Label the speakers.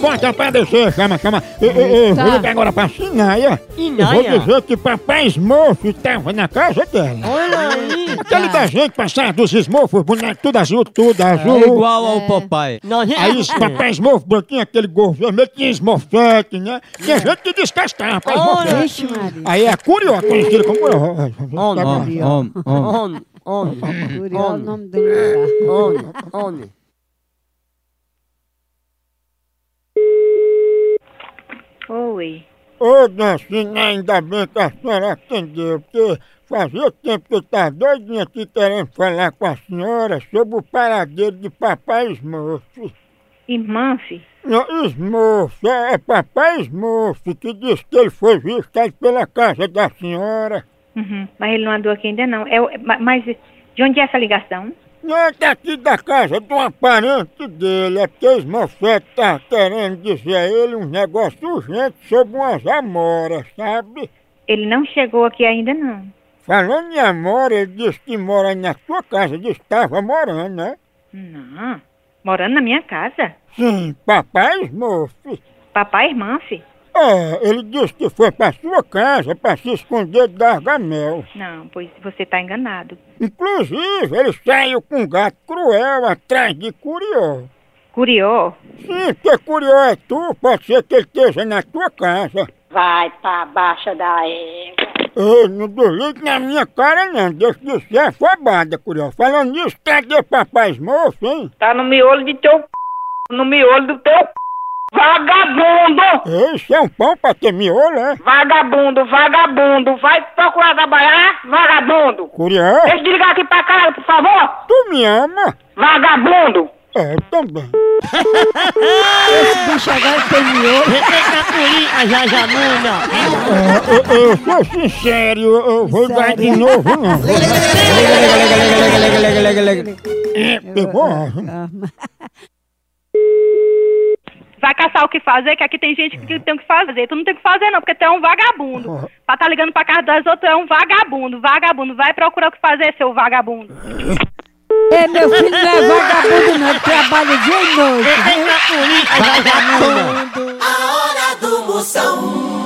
Speaker 1: Corta, apareceu, chama, chama. Ô, ô, ô,
Speaker 2: Tá.
Speaker 1: vou ligar agora pra Sinaia. Eu Vou
Speaker 3: Sinaia?
Speaker 1: dizer que papai Smurf tava na casa dela.
Speaker 3: Olha aí.
Speaker 1: Aquele da gente passar dos Smurfs, boneco tudo azul, tudo azul.
Speaker 4: É igual ao papai.
Speaker 3: Nós...
Speaker 1: Aí os papéis morfos branquinhos, aquele gorro vermelho, tinha esmorfete, né? Tinha gente que descascava, rapaz,
Speaker 3: Olha.
Speaker 1: esmorfete.
Speaker 2: Vixe, Maria.
Speaker 1: Aí é curiosa, conhecida como...
Speaker 4: Om,
Speaker 3: Homem.
Speaker 4: om, om.
Speaker 3: Homem. Homem.
Speaker 2: Curioso o nome do lugar.
Speaker 3: Homem. Homem.
Speaker 5: Oi.
Speaker 1: Ô, dona Sina, assim, ainda bem que a senhora atendeu, porque fazia tempo que eu estava doidinha aqui querendo falar com a senhora sobre o paradeiro de papai esmorfo.
Speaker 5: Irmã, fi?
Speaker 1: Não, esmorfo, é papai esmorfo que disse que ele foi visitado pela casa da senhora.
Speaker 5: Uhum. Mas ele não andou aqui ainda não. É, o- ma- mas de onde é essa ligação?
Speaker 1: Não, tá aqui da casa de um parente dele, é porque o Smurfette tá querendo dizer a ele um negócio urgente sobre umas amoras, sabe?
Speaker 5: Ele não chegou aqui ainda não.
Speaker 1: Falando em amora, ele disse que mora na sua casa, disse que estava morando, né?
Speaker 5: Não. Morando na minha casa.
Speaker 1: Sim, papai Smurf.
Speaker 5: Papai e irmã, fi?
Speaker 1: É, ele disse que foi pra sua casa pra se esconder da Argamel.
Speaker 5: Não, pois você tá enganado.
Speaker 1: Inclusive, ele saiu com um gato cruel atrás de Curió.
Speaker 5: Curió.
Speaker 1: Sim, porque Curió é tu, pode ser que ele esteja na tua casa.
Speaker 6: Vai pra baixa da égua.
Speaker 1: Ei, não desligue na minha cara não, deixa de ser afobada, curioso. Falando nisso, cadê papai Smurf, hein?
Speaker 6: Tá no miolo de teu c... No miolo do teu c... Vagabundo!
Speaker 1: Ei, Isso é um pão pra ter miolo, é?
Speaker 6: Vagabundo, vagabundo. Vai procurar trabalhar, vagabundo.
Speaker 1: Curioso,
Speaker 6: Deixa eu desligar aqui pra caralho, por favor.
Speaker 1: tu me ama?
Speaker 6: Vagabundo.
Speaker 1: É, eu também.
Speaker 3: Esse bicho agora tem miolo.
Speaker 1: Respeita a polícia, Jajamuna! Eu, eu sou sincero, eu, eu vou dar de novo, não. É, pegou?
Speaker 5: Vai caçar o que fazer, que aqui tem gente que tem o que fazer. Tu não tem o que fazer não, porque tu é um vagabundo. Pra tá ligando pra casa das outras, tu é um vagabundo. Vagabundo. Vai procurar o que fazer, seu vagabundo.
Speaker 2: Ei, meu filho não é vagabundo, não. Ele trabalha dia e noite.
Speaker 7: A hora do Moção.